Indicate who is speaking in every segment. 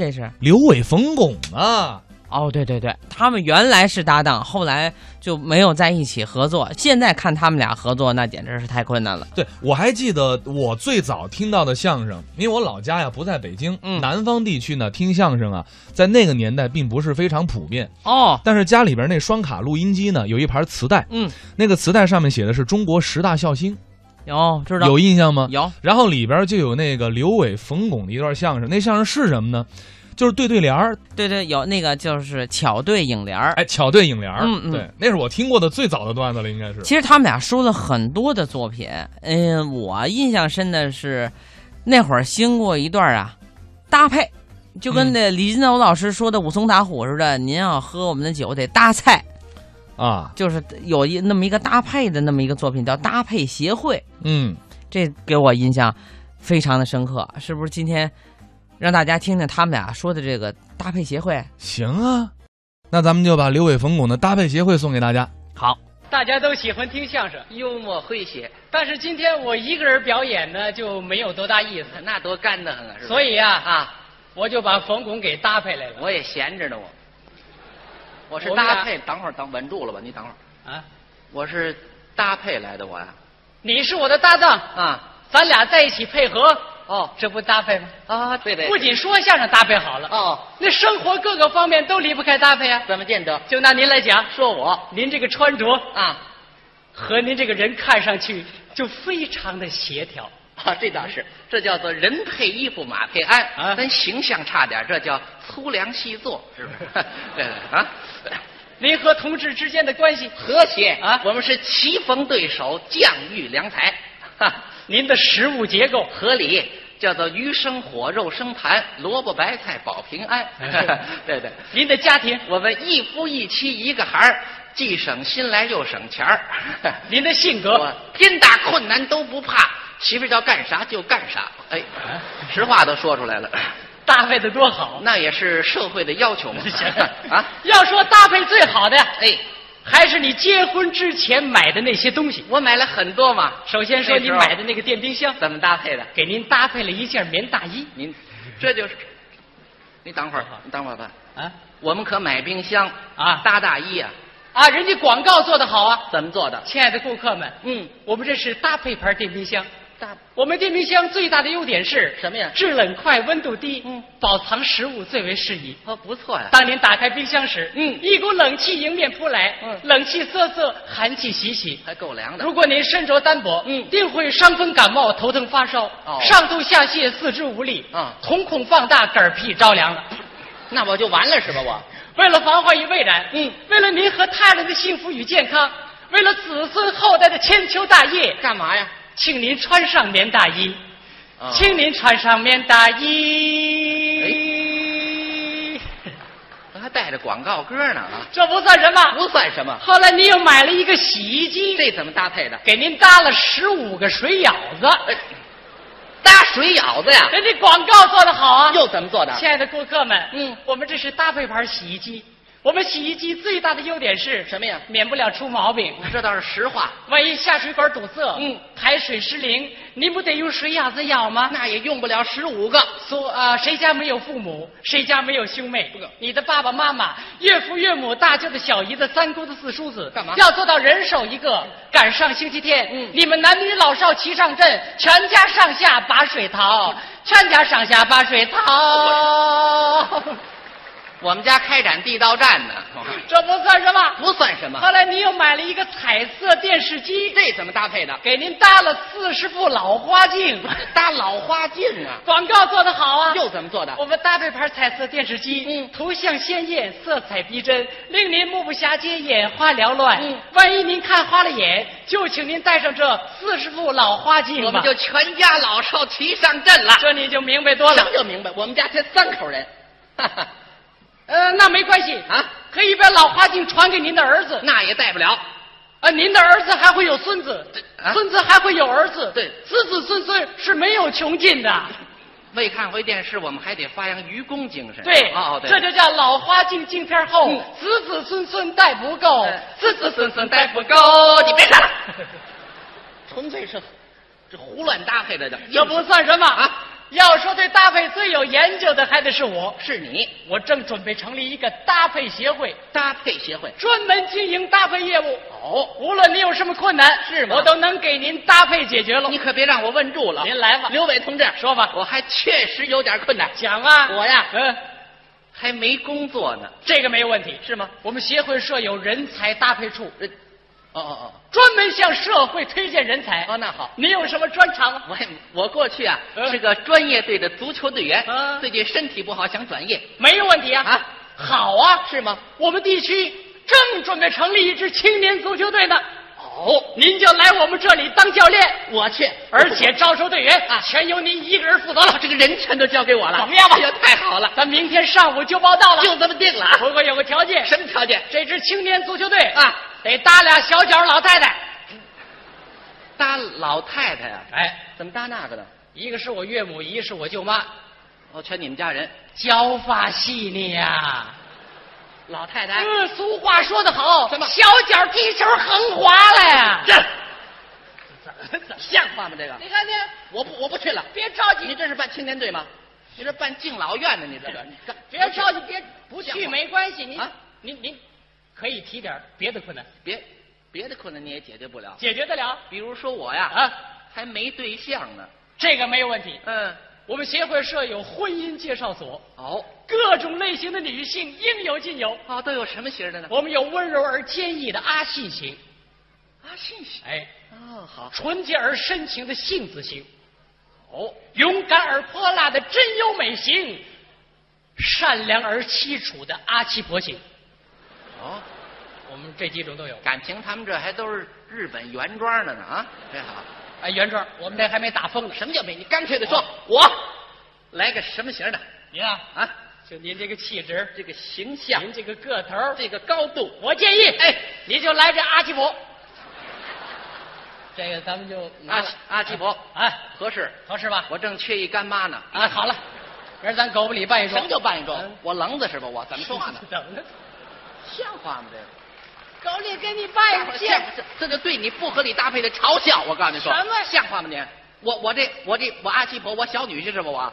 Speaker 1: 这是
Speaker 2: 刘伟、冯巩啊，
Speaker 1: 哦，对对对，他们原来是搭档，后来就没有在一起合作。现在看他们俩合作，那简直是太困难了。
Speaker 2: 对我还记得我最早听到的相声，因为我老家呀不在北京，
Speaker 1: 嗯
Speaker 2: 南方地区呢听相声啊，在那个年代并不是非常普遍。
Speaker 1: 哦，
Speaker 2: 但是家里边那双卡录音机呢，有一盘磁带，
Speaker 1: 嗯，
Speaker 2: 那个磁带上面写的是中国十大笑星，
Speaker 1: 有知道
Speaker 2: 有印象吗？
Speaker 1: 有
Speaker 2: 然后里边就有那个刘伟、冯巩的一段相声，那相声是什么呢？就是对对联儿，
Speaker 1: 对对有那个就是巧对影联儿。
Speaker 2: 哎，巧对影联儿，
Speaker 1: 嗯嗯
Speaker 2: 对，那是我听过的最早的段子了，应该是。
Speaker 1: 其实他们俩说了很多的作品，嗯、我印象深的是那会儿兴过一段啊搭配，就跟
Speaker 2: 嗯
Speaker 1: 那李金斗老师说的武松打虎似的，您要喝我们的酒得搭菜，
Speaker 2: 啊，
Speaker 1: 就是有一那么一个搭配的那么一个作品叫搭配协会，
Speaker 2: 嗯，
Speaker 1: 这给我印象非常的深刻，是不是？今天让大家听听他们俩说的这个搭配协会，
Speaker 2: 行啊，那咱们就把刘伟、冯巩的搭配协会送给大家。
Speaker 1: 好，
Speaker 3: 大家都喜欢听相声，
Speaker 4: 幽默诙谐，
Speaker 3: 但是今天我一个人表演呢，就没有多大意思。
Speaker 4: 那多干得很啊！是吧
Speaker 3: 所以呀、啊，
Speaker 4: 啊，
Speaker 3: 我就把冯巩给搭配来了。
Speaker 4: 我也闲着呢，我我是
Speaker 3: 我们俩
Speaker 4: 搭配。等会儿，等稳住了吧，你等会儿，
Speaker 3: 啊，
Speaker 4: 我是搭配来的，我呀
Speaker 3: 你是我的搭档，
Speaker 4: 啊
Speaker 3: 咱俩在一起配合，
Speaker 4: 哦
Speaker 3: 这不搭配吗？
Speaker 4: 啊，对对，
Speaker 3: 不仅说相声搭配好了，
Speaker 4: 哦，
Speaker 3: 那生活各个方面都离不开搭配啊。
Speaker 4: 怎么见得？
Speaker 3: 就拿您来讲，
Speaker 4: 说我
Speaker 3: 您这个穿着
Speaker 4: 啊
Speaker 3: 和您这个人看上去就非常的协调。
Speaker 4: 啊，这倒是，这叫做人配衣服，马配鞍
Speaker 3: 啊
Speaker 4: 跟形象差点，这叫粗粮细作，是不是？ 对对啊，
Speaker 3: 您和同志之间的关系，
Speaker 4: 和谐
Speaker 3: 啊
Speaker 4: 我们是棋逢对手，将遇良才。哈。
Speaker 3: 您的食物结构，
Speaker 4: 合理，叫做鱼生火，肉生盘，萝卜白菜保平安。 对对，
Speaker 3: 哎您的家庭，
Speaker 4: 我们一夫一妻一个孩儿，既省心来又省 钱儿。
Speaker 3: 您的性格，
Speaker 4: 我 天大困难都不怕，媳妇儿叫干啥就干啥。哎，实话都说出来了，
Speaker 3: 搭配的多好。。
Speaker 4: 那也是社会的要 求嘛 啊，
Speaker 3: 要说搭配最好的，
Speaker 4: 哎，
Speaker 3: 还是你结婚之前买的那些东西。
Speaker 4: 我买了很多嘛。
Speaker 3: 首先说
Speaker 4: 那
Speaker 3: 你
Speaker 4: 时候
Speaker 3: 买的那个电冰箱，
Speaker 4: 怎么搭配的？
Speaker 3: 给您搭配了一件棉大衣
Speaker 4: 您，这就是，你等会儿，你等会儿吧。
Speaker 3: 啊
Speaker 4: 我们可买冰箱
Speaker 3: 啊
Speaker 4: 搭大衣啊，
Speaker 3: 啊！人家广告做得好啊！
Speaker 4: 怎么做的？
Speaker 3: 亲爱的顾客们，
Speaker 4: 嗯，
Speaker 3: 我们这是搭配牌电冰箱。
Speaker 4: 大
Speaker 3: 我们电冰箱最大的优点是
Speaker 4: 什么呀
Speaker 3: 制冷快，温度低，
Speaker 4: 嗯，
Speaker 3: 保藏食物最为适宜。
Speaker 4: 哦不错 呀、
Speaker 3: 当您打开冰箱时，
Speaker 4: 嗯
Speaker 3: 一股冷气迎面扑来，
Speaker 4: 嗯
Speaker 3: 冷气瑟瑟，寒气袭袭，
Speaker 4: 还够凉的。
Speaker 3: 如果您身着单薄，
Speaker 4: 嗯
Speaker 3: 定会伤风感冒、头疼发烧，
Speaker 4: 哦
Speaker 3: 上吐下泻、四肢无力，
Speaker 4: 啊
Speaker 3: 瞳孔放大、嗝屁着凉 了。
Speaker 4: 那我就完了是吧？我
Speaker 3: 为了防患于未然，
Speaker 4: 嗯
Speaker 3: 为了您和他人的幸福与健康，为了子孙后代的千秋大业，
Speaker 4: 干嘛呀？
Speaker 3: 请您穿上棉大衣，
Speaker 4: 啊
Speaker 3: 请您穿上棉大衣。
Speaker 4: 哎还带着广告歌呢啊！
Speaker 3: 这不算什么。
Speaker 4: 不算什么，
Speaker 3: 后来您又买了一个洗衣机，
Speaker 4: 这怎么搭配的？
Speaker 3: 给您搭了十五个水舀子。
Speaker 4: 哎搭水舀子哦呀？
Speaker 3: 人家广告做得好啊！
Speaker 4: 又怎么做的？
Speaker 3: 亲爱的顾客们，
Speaker 4: 嗯
Speaker 3: 我们这是搭配牌洗衣机。我们洗衣机最大的优点是
Speaker 4: 什么呀
Speaker 3: 免不了出毛病，
Speaker 4: 这倒是实话，
Speaker 3: 万一下水管堵塞，
Speaker 4: 嗯，
Speaker 3: 排水失灵，您不得用水舀子舀吗？
Speaker 4: 那也用不了十五个。
Speaker 3: 所啊、谁家没有父母？谁家没有兄妹？你的爸爸妈妈、岳父岳母、大舅子、小姨子、三姑子、四叔子，
Speaker 4: 干嘛
Speaker 3: 要做到人手一个，赶上星期天，
Speaker 4: 嗯
Speaker 3: 你们男女老少齐上阵，全家上下把水
Speaker 4: 嗯
Speaker 3: 淘，全家上下把水淘。
Speaker 4: 哦 我们家开展地道战呢，
Speaker 3: 这不算什么。
Speaker 4: 不算什么。
Speaker 3: 后来您又买了一个彩色电视机，
Speaker 4: 这怎么搭配的？
Speaker 3: 给您搭了四十副老花镜，
Speaker 4: 搭老花镜啊？
Speaker 3: 广告做得好啊！
Speaker 4: 又怎么做的？
Speaker 3: 我们搭配牌彩色电视机，
Speaker 4: 嗯
Speaker 3: 图像鲜艳，色彩逼真，令您目不暇接，眼花缭乱。
Speaker 4: 嗯
Speaker 3: 万一您看花了眼，就请您戴上这四十副老花镜吧。
Speaker 4: 我们就全家老少齐上阵了。
Speaker 3: 这你就明白多了
Speaker 4: 这。就明白，我们家才三口人，哈哈，
Speaker 3: 呃，那没关系
Speaker 4: 啊，
Speaker 3: 可以把老花镜传给您的儿子。
Speaker 4: 那也带不了。
Speaker 3: 啊，您的儿子还会有孙子，
Speaker 4: 啊
Speaker 3: 孙子还会有儿子，
Speaker 4: 对
Speaker 3: 子子孙孙是没有穷尽的。
Speaker 4: 为看回电视，我们还得发扬愚公精神。
Speaker 3: 对，
Speaker 4: 哦，对，
Speaker 3: 这就叫老花镜镜片厚，
Speaker 4: 嗯
Speaker 3: 子子孙孙带不够，
Speaker 4: 哎
Speaker 3: 子子孙孙带不
Speaker 4: 哦
Speaker 3: 够。，
Speaker 4: 你别看了，纯粹是这胡乱搭配的，
Speaker 3: 这不算什么
Speaker 4: 啊！
Speaker 3: 要说对搭配最有研究的，还得是我。
Speaker 4: 是你
Speaker 3: 我正准备成立一个搭配协会，
Speaker 4: 搭配协会。
Speaker 3: 专门经营搭配业务。
Speaker 4: 哦，
Speaker 3: 无论您有什么困难，
Speaker 4: 是吗
Speaker 3: 我都能给您搭配解决了
Speaker 4: 你。可别让我问住了。
Speaker 3: 您来吧
Speaker 4: 刘伟同志，
Speaker 3: 说吧
Speaker 4: 我还确实有点困难，
Speaker 3: 讲啊，
Speaker 4: 我呀
Speaker 3: 嗯，
Speaker 4: 还没工作呢。
Speaker 3: 这个没问题，是吗？我们协会设有人才搭配处，
Speaker 4: 呃哦哦
Speaker 3: 专门向社会推荐人才。
Speaker 4: 哦，哦，那好。
Speaker 3: 您有什么专长吗？
Speaker 4: 我也我过去啊、
Speaker 3: 嗯
Speaker 4: 是个专业队的足球队员，
Speaker 3: 嗯
Speaker 4: 最近身体不好，想转业
Speaker 3: 没有问题啊。
Speaker 4: 啊，
Speaker 3: 好啊，
Speaker 4: 是吗？
Speaker 3: 我们地区正准备成立一支青年足球队呢，
Speaker 4: 哦，
Speaker 3: 您就来我们这里当教练，
Speaker 4: 我去，
Speaker 3: 而且招收队员
Speaker 4: 啊
Speaker 3: 全由您一个人负责
Speaker 4: 得了，
Speaker 3: 了。
Speaker 4: 这个人全都交给我了，
Speaker 3: 怎么样吧
Speaker 4: 哎呀，太好了，
Speaker 3: 咱明天上午就报到了，
Speaker 4: 就这么定了啊！
Speaker 3: 不过有个条件，
Speaker 4: 什么条件？
Speaker 3: 这支青年足球队
Speaker 4: 啊，
Speaker 3: 得搭俩小脚老太太。
Speaker 4: 搭老太太呀、
Speaker 3: 哎，
Speaker 4: 怎么搭那个呢？
Speaker 3: 一个是我岳母，一个是我舅妈，
Speaker 4: 哦，全你们家人，
Speaker 3: 脚法细腻呀、
Speaker 4: 老太太，
Speaker 3: 嗯，俗话说得好，
Speaker 4: 什么
Speaker 3: 小脚踢球横滑了呀？
Speaker 4: 像话吗？这个，
Speaker 3: 你看这，
Speaker 4: 我不我不去了。
Speaker 3: 别着急，
Speaker 4: 你这是办青年队吗？你这办敬老院呢？你这个，你干
Speaker 3: 别着急，别不
Speaker 4: 像
Speaker 3: 去
Speaker 4: 话
Speaker 3: 没关系，您
Speaker 4: 啊
Speaker 3: 您您可以提点别的困难，
Speaker 4: 别别的困难你也解决不了，
Speaker 3: 解决得了
Speaker 4: 比如说我呀，
Speaker 3: 啊？
Speaker 4: 还没对象呢。
Speaker 3: 这个没有问题。
Speaker 4: 嗯，
Speaker 3: 我们协会设有婚姻介绍所，
Speaker 4: 哦
Speaker 3: 各种类型的女性应有尽有。
Speaker 4: 哦，都有什么型的呢？
Speaker 3: 我们有温柔而坚毅的阿信型，
Speaker 4: 啊，信息。
Speaker 3: 哎，
Speaker 4: 哦，好。
Speaker 3: 纯洁而深情的杏子型，
Speaker 4: 哦，
Speaker 3: 勇敢而泼辣的真优美型，善良而凄楚的阿七婆型。
Speaker 4: 哦，
Speaker 3: 我们这几种都有。
Speaker 4: 感情他们这还都是日本原装的呢啊！这好，
Speaker 3: 哎，袁壮，我们这还没打风呢。
Speaker 4: 什么叫没？你干脆的说，我来个什么型的
Speaker 3: 您啊，
Speaker 4: 啊？
Speaker 3: 就您这个气质，
Speaker 4: 这个形象，
Speaker 3: 您这个个头儿，
Speaker 4: 这个高度，
Speaker 3: 我建议，
Speaker 4: 哎，
Speaker 3: 你就来这阿基伯。这个咱们就拿
Speaker 4: 阿
Speaker 3: 了
Speaker 4: 阿基伯
Speaker 3: 哎，
Speaker 4: 合适。
Speaker 3: 合适吧？
Speaker 4: 我正缺一干妈呢。
Speaker 3: 啊，好了，明儿咱狗不理办一桌。
Speaker 4: 什么叫办一桌
Speaker 3: 嗯？
Speaker 4: 我棱子是吧？我怎么 说话呢？
Speaker 3: 怎么
Speaker 4: 像话吗？这个
Speaker 3: 狗理给你办一
Speaker 4: 像
Speaker 3: 桌
Speaker 4: 哎话，这这就对你不合理搭配的嘲笑。我告诉你说，
Speaker 3: 什么
Speaker 4: 像话吗你？我我这我这我阿基伯，我小女婿是吧？我，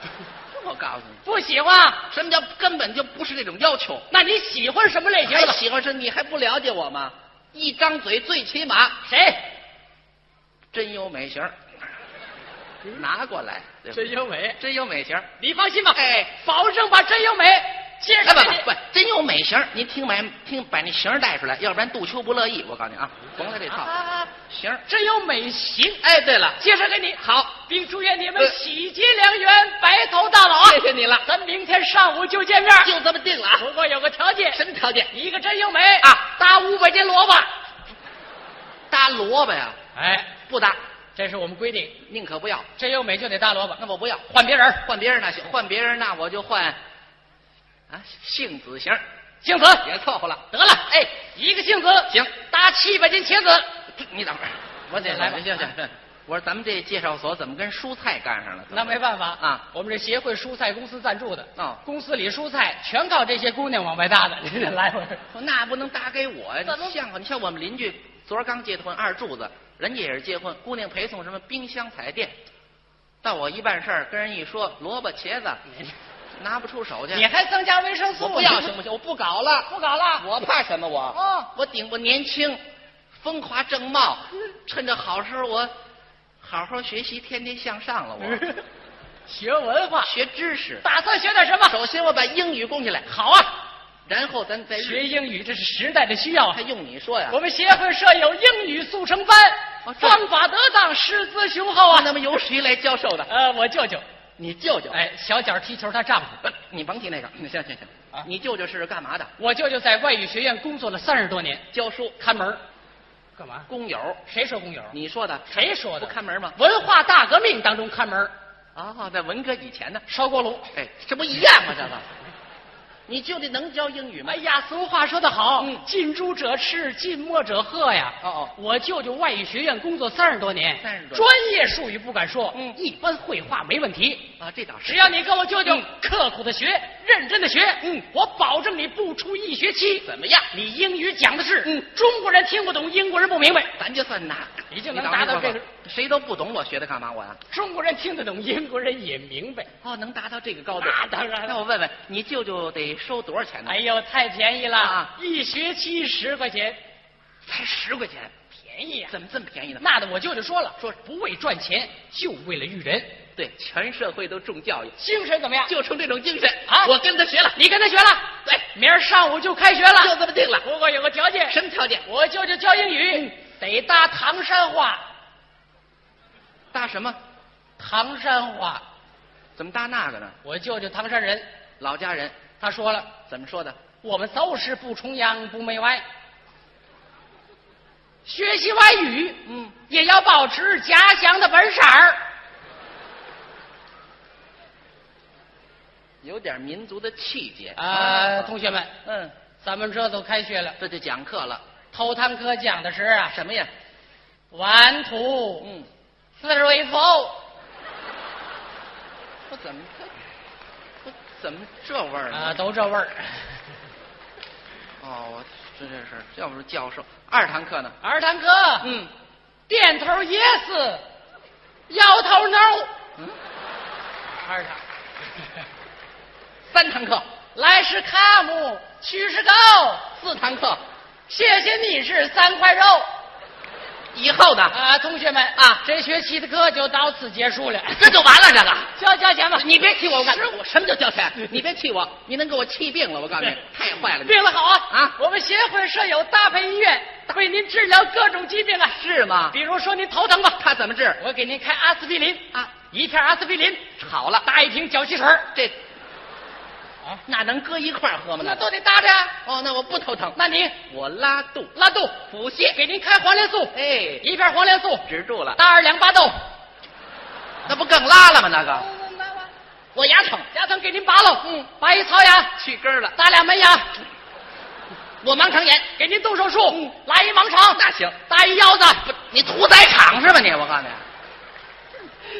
Speaker 4: 我告诉你，
Speaker 3: 不喜欢？
Speaker 4: 什么叫根本就不是这种要求？
Speaker 3: 那你喜欢什么类型
Speaker 4: 还
Speaker 3: 的？
Speaker 4: 哎喜欢是你还不了解我吗？一张嘴最起码
Speaker 3: 谁？
Speaker 4: 真有美型儿，拿过来，对吧
Speaker 3: 真优美，
Speaker 4: 真有美型儿。
Speaker 3: 你放心吧，
Speaker 4: 哎，
Speaker 3: 保证把真优美介
Speaker 4: 哎
Speaker 3: 绍
Speaker 4: 不
Speaker 3: 给
Speaker 4: 不
Speaker 3: 你。
Speaker 4: 不，真有美型儿，您听把听把那型儿带出来，要不然杜秋不乐意。我告诉你啊，甭来这套
Speaker 3: 啊啊啊
Speaker 4: 型儿。
Speaker 3: 真优美型，
Speaker 4: 哎，对了，
Speaker 3: 介绍给你。
Speaker 4: 好，
Speaker 3: 并祝愿你们
Speaker 4: 呃
Speaker 3: 喜结良缘，白头到老啊！
Speaker 4: 谢谢你了，
Speaker 3: 咱明天上午就见面。
Speaker 4: 就这么定了啊。
Speaker 3: 不过有个条件，
Speaker 4: 什么条件？
Speaker 3: 一个真优美
Speaker 4: 啊，
Speaker 3: 搭五百斤萝卜。
Speaker 4: 搭萝卜呀？
Speaker 3: 哎，
Speaker 4: 不搭，
Speaker 3: 这是我们规定，
Speaker 4: 宁可不要。
Speaker 3: 真优美就得搭萝卜，
Speaker 4: 那我不要，
Speaker 3: 换别人儿。
Speaker 4: 换别人那行，换别人那我就换啊，杏子型儿
Speaker 3: 杏子
Speaker 4: 也凑合了。
Speaker 3: 得了，哎，一个杏子
Speaker 4: 行，
Speaker 3: 搭七百斤茄子。
Speaker 4: 这你等会儿，我得
Speaker 3: 来
Speaker 4: 来
Speaker 3: 吧
Speaker 4: 吧，行行行。我说咱们这介绍所怎么跟蔬菜干上了？
Speaker 3: 那没办法
Speaker 4: 啊
Speaker 3: 我们这协会蔬菜公司赞助的
Speaker 4: 哦嗯
Speaker 3: 公司里蔬菜全靠这些姑娘往外搭的。您得来回 儿，
Speaker 4: 法，那不能搭给我呀
Speaker 3: 怎么！
Speaker 4: 像话，你像我们邻居昨儿刚结的婚，二柱子，人家也是结婚，姑娘陪送什么冰箱、彩电，到我一办事儿，跟人一说萝卜、茄子，拿不出手去。
Speaker 3: 你还增加维生素？
Speaker 4: 我不要行不行？我不搞了，
Speaker 3: 不搞了。
Speaker 4: 我怕什么我？
Speaker 3: 哦
Speaker 4: 啊我顶过年轻，风华正茂，趁着好时候我好好学习，天天向上了我。
Speaker 3: 嗯学文化，
Speaker 4: 学知识，
Speaker 3: 打算学点什么？
Speaker 4: 首先我把英语供起来，
Speaker 3: 好啊，
Speaker 4: 然后咱再
Speaker 3: 学英语这是时代的需要啊
Speaker 4: 还。用你说哎呀？
Speaker 3: 我们协会设有英语速成班
Speaker 4: 哦，这
Speaker 3: 方法得当，师资雄厚
Speaker 4: 啊
Speaker 3: 啊。
Speaker 4: 那么由谁来教授的？
Speaker 3: 呃，我舅舅，
Speaker 4: 你舅舅。，
Speaker 3: 哎，小脚踢球她丈夫，
Speaker 4: 不，你甭提那个。行行行，
Speaker 3: 啊
Speaker 4: 你舅舅是干嘛的？
Speaker 3: 我舅舅在外语学院工作了三十多年，
Speaker 4: 教书，
Speaker 3: 看门儿。干嘛？
Speaker 4: 工友。
Speaker 3: 谁说工友？
Speaker 4: 你说的？
Speaker 3: 谁说的？
Speaker 4: 不看门吗？
Speaker 3: 文化大革命当中看门儿，
Speaker 4: 啊，在文革以前呢。
Speaker 3: 烧锅炉。
Speaker 4: 哎，这不一样吗？这个，你舅舅能教英语吗
Speaker 3: 哎？呀，俗话说得好，
Speaker 4: 嗯
Speaker 3: 近朱者赤，近墨者黑呀。
Speaker 4: 哦哦
Speaker 3: 我舅舅外语学院工作三十多年，
Speaker 4: 30多年
Speaker 3: 专业术语不敢说，
Speaker 4: 嗯
Speaker 3: 一般会话没问题。
Speaker 4: 啊，这倒是。
Speaker 3: 只要你跟我舅舅刻苦的学，认真的学，嗯，我保证你不出一学期。
Speaker 4: 怎么样，
Speaker 3: 你英语讲的是，嗯，中国人听不懂，英国人不明白。
Speaker 4: 咱就算拿，
Speaker 3: 你就能
Speaker 4: 等会儿
Speaker 3: 达到这个
Speaker 4: 等会儿谁都不懂我学它干嘛我啊呀？
Speaker 3: 中国人听得懂，英国人也明白。
Speaker 4: 哦，能达到这个高度，
Speaker 3: 那当然了
Speaker 4: 那我问问，你舅舅得收多少钱呢？
Speaker 3: 哎呦，太便宜了，
Speaker 4: 啊
Speaker 3: 一学期十块钱，
Speaker 4: 才十块钱，
Speaker 3: 便宜啊！
Speaker 4: 怎么这么便宜呢？
Speaker 3: 那的我舅舅说了，说不为赚钱，就为了育人，
Speaker 4: 对，全社会都重教育，
Speaker 3: 精神怎么样？
Speaker 4: 就冲这种精神
Speaker 3: 啊
Speaker 4: 我跟他学了，
Speaker 3: 你跟他学了，哎
Speaker 4: 对，
Speaker 3: 明儿上午就开学了，
Speaker 4: 就这么定了。
Speaker 3: 不过有个条件，
Speaker 4: 什么条件？嗯
Speaker 3: 我舅舅教英语、得搭唐山话，
Speaker 4: 搭什么？
Speaker 3: 唐山话。
Speaker 4: 怎么搭那个呢？
Speaker 3: 我舅舅唐山人，
Speaker 4: 老家人
Speaker 3: 他说了，
Speaker 4: 怎么说的？
Speaker 3: 我们都是不崇洋不媚外，学习外语，嗯，也要保持家乡的本色儿。
Speaker 4: 嗯有点民族的气节
Speaker 3: 啊，同学们，
Speaker 4: 嗯，
Speaker 3: 咱们这都开学了，
Speaker 4: 这就讲课了。
Speaker 3: 头堂科讲的是啊，
Speaker 4: 什么呀？
Speaker 3: 玩土
Speaker 4: 嗯，
Speaker 3: 四水头，
Speaker 4: 我怎么这，我怎么这味儿呢？
Speaker 3: 啊，都这味
Speaker 4: 嗯
Speaker 3: 儿。
Speaker 4: 哦，我这这是，要不是教授。二堂课呢？
Speaker 3: 二堂哥，
Speaker 4: 嗯
Speaker 3: 点头 yes，摇头 no。
Speaker 4: 嗯。
Speaker 3: 二堂，
Speaker 4: 三堂课，
Speaker 3: 来是卡姆，去是高，
Speaker 4: 四堂课，
Speaker 3: 谢谢你是三块肉。
Speaker 4: 以后的
Speaker 3: 啊，同学们
Speaker 4: 啊
Speaker 3: 这学期的课就到此结束了。
Speaker 4: 这就完了。这个，
Speaker 3: 交交钱吧，
Speaker 4: 你别气我，我告诉
Speaker 3: 是
Speaker 4: 你，我什么叫交钱？你别气我，你能给我气病了。我告 诉你，太坏了，你
Speaker 3: 病了好啊
Speaker 4: 啊
Speaker 3: 我们协会设有搭配医院，为您治疗各种疾病啊。
Speaker 4: 是吗？
Speaker 3: 比如说您头疼吧，
Speaker 4: 他怎么治？
Speaker 3: 我给您开阿司匹林
Speaker 4: 啊，
Speaker 3: 一片阿司匹林，
Speaker 4: 好了，
Speaker 3: 搭一瓶脚气水儿
Speaker 4: 这
Speaker 3: 啊
Speaker 4: 那能搁一块儿喝吗？
Speaker 3: 那
Speaker 4: 那
Speaker 3: 都得搭着呀。
Speaker 4: 哦，那我不头疼，
Speaker 3: 那你
Speaker 4: 我拉肚，
Speaker 3: 拉肚，
Speaker 4: 腹泻，
Speaker 3: 给您开黄连素，
Speaker 4: 哎，
Speaker 3: 一片黄连素，
Speaker 4: 止住了，
Speaker 3: 大二两八豆，
Speaker 4: 那不更拉了吗？那个，我牙疼，
Speaker 3: 牙疼给您拔了，嗯，拔一槽牙，
Speaker 4: 去根儿了，
Speaker 3: 打俩门牙，
Speaker 4: 我盲肠炎，
Speaker 3: 给您动手术，拉一盲肠，
Speaker 4: 嗯那行，
Speaker 3: 搭一腰子，
Speaker 4: 不，你屠宰场是吧？你，我告诉你。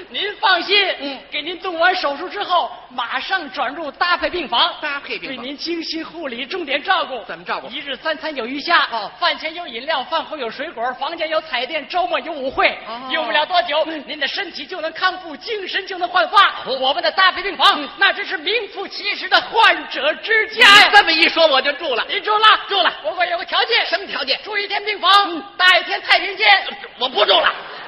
Speaker 3: 您放心，嗯，给您动完手术之后，马上转入搭配病房，
Speaker 4: 搭配病
Speaker 3: 对
Speaker 4: 房
Speaker 3: 您精心护理，重点照顾。
Speaker 4: 怎么照顾
Speaker 3: 一日三餐有鱼虾，
Speaker 4: 哦
Speaker 3: 饭前有饮料，饭后有水果，房间有彩电，周末有舞会。
Speaker 4: 哦
Speaker 3: 用不了多久，您的身体就能康复，精神就能焕发。
Speaker 4: 哦
Speaker 3: 我们的搭配病
Speaker 4: 嗯
Speaker 3: 房，那真是名副其实的患者之家哎呀
Speaker 4: 你！嗯这么一说我就住了，
Speaker 3: 您住了，住了。不过有个条件，
Speaker 4: 什么条件？嗯
Speaker 3: 住一天病房，搭一天太平间。
Speaker 4: 我不住了。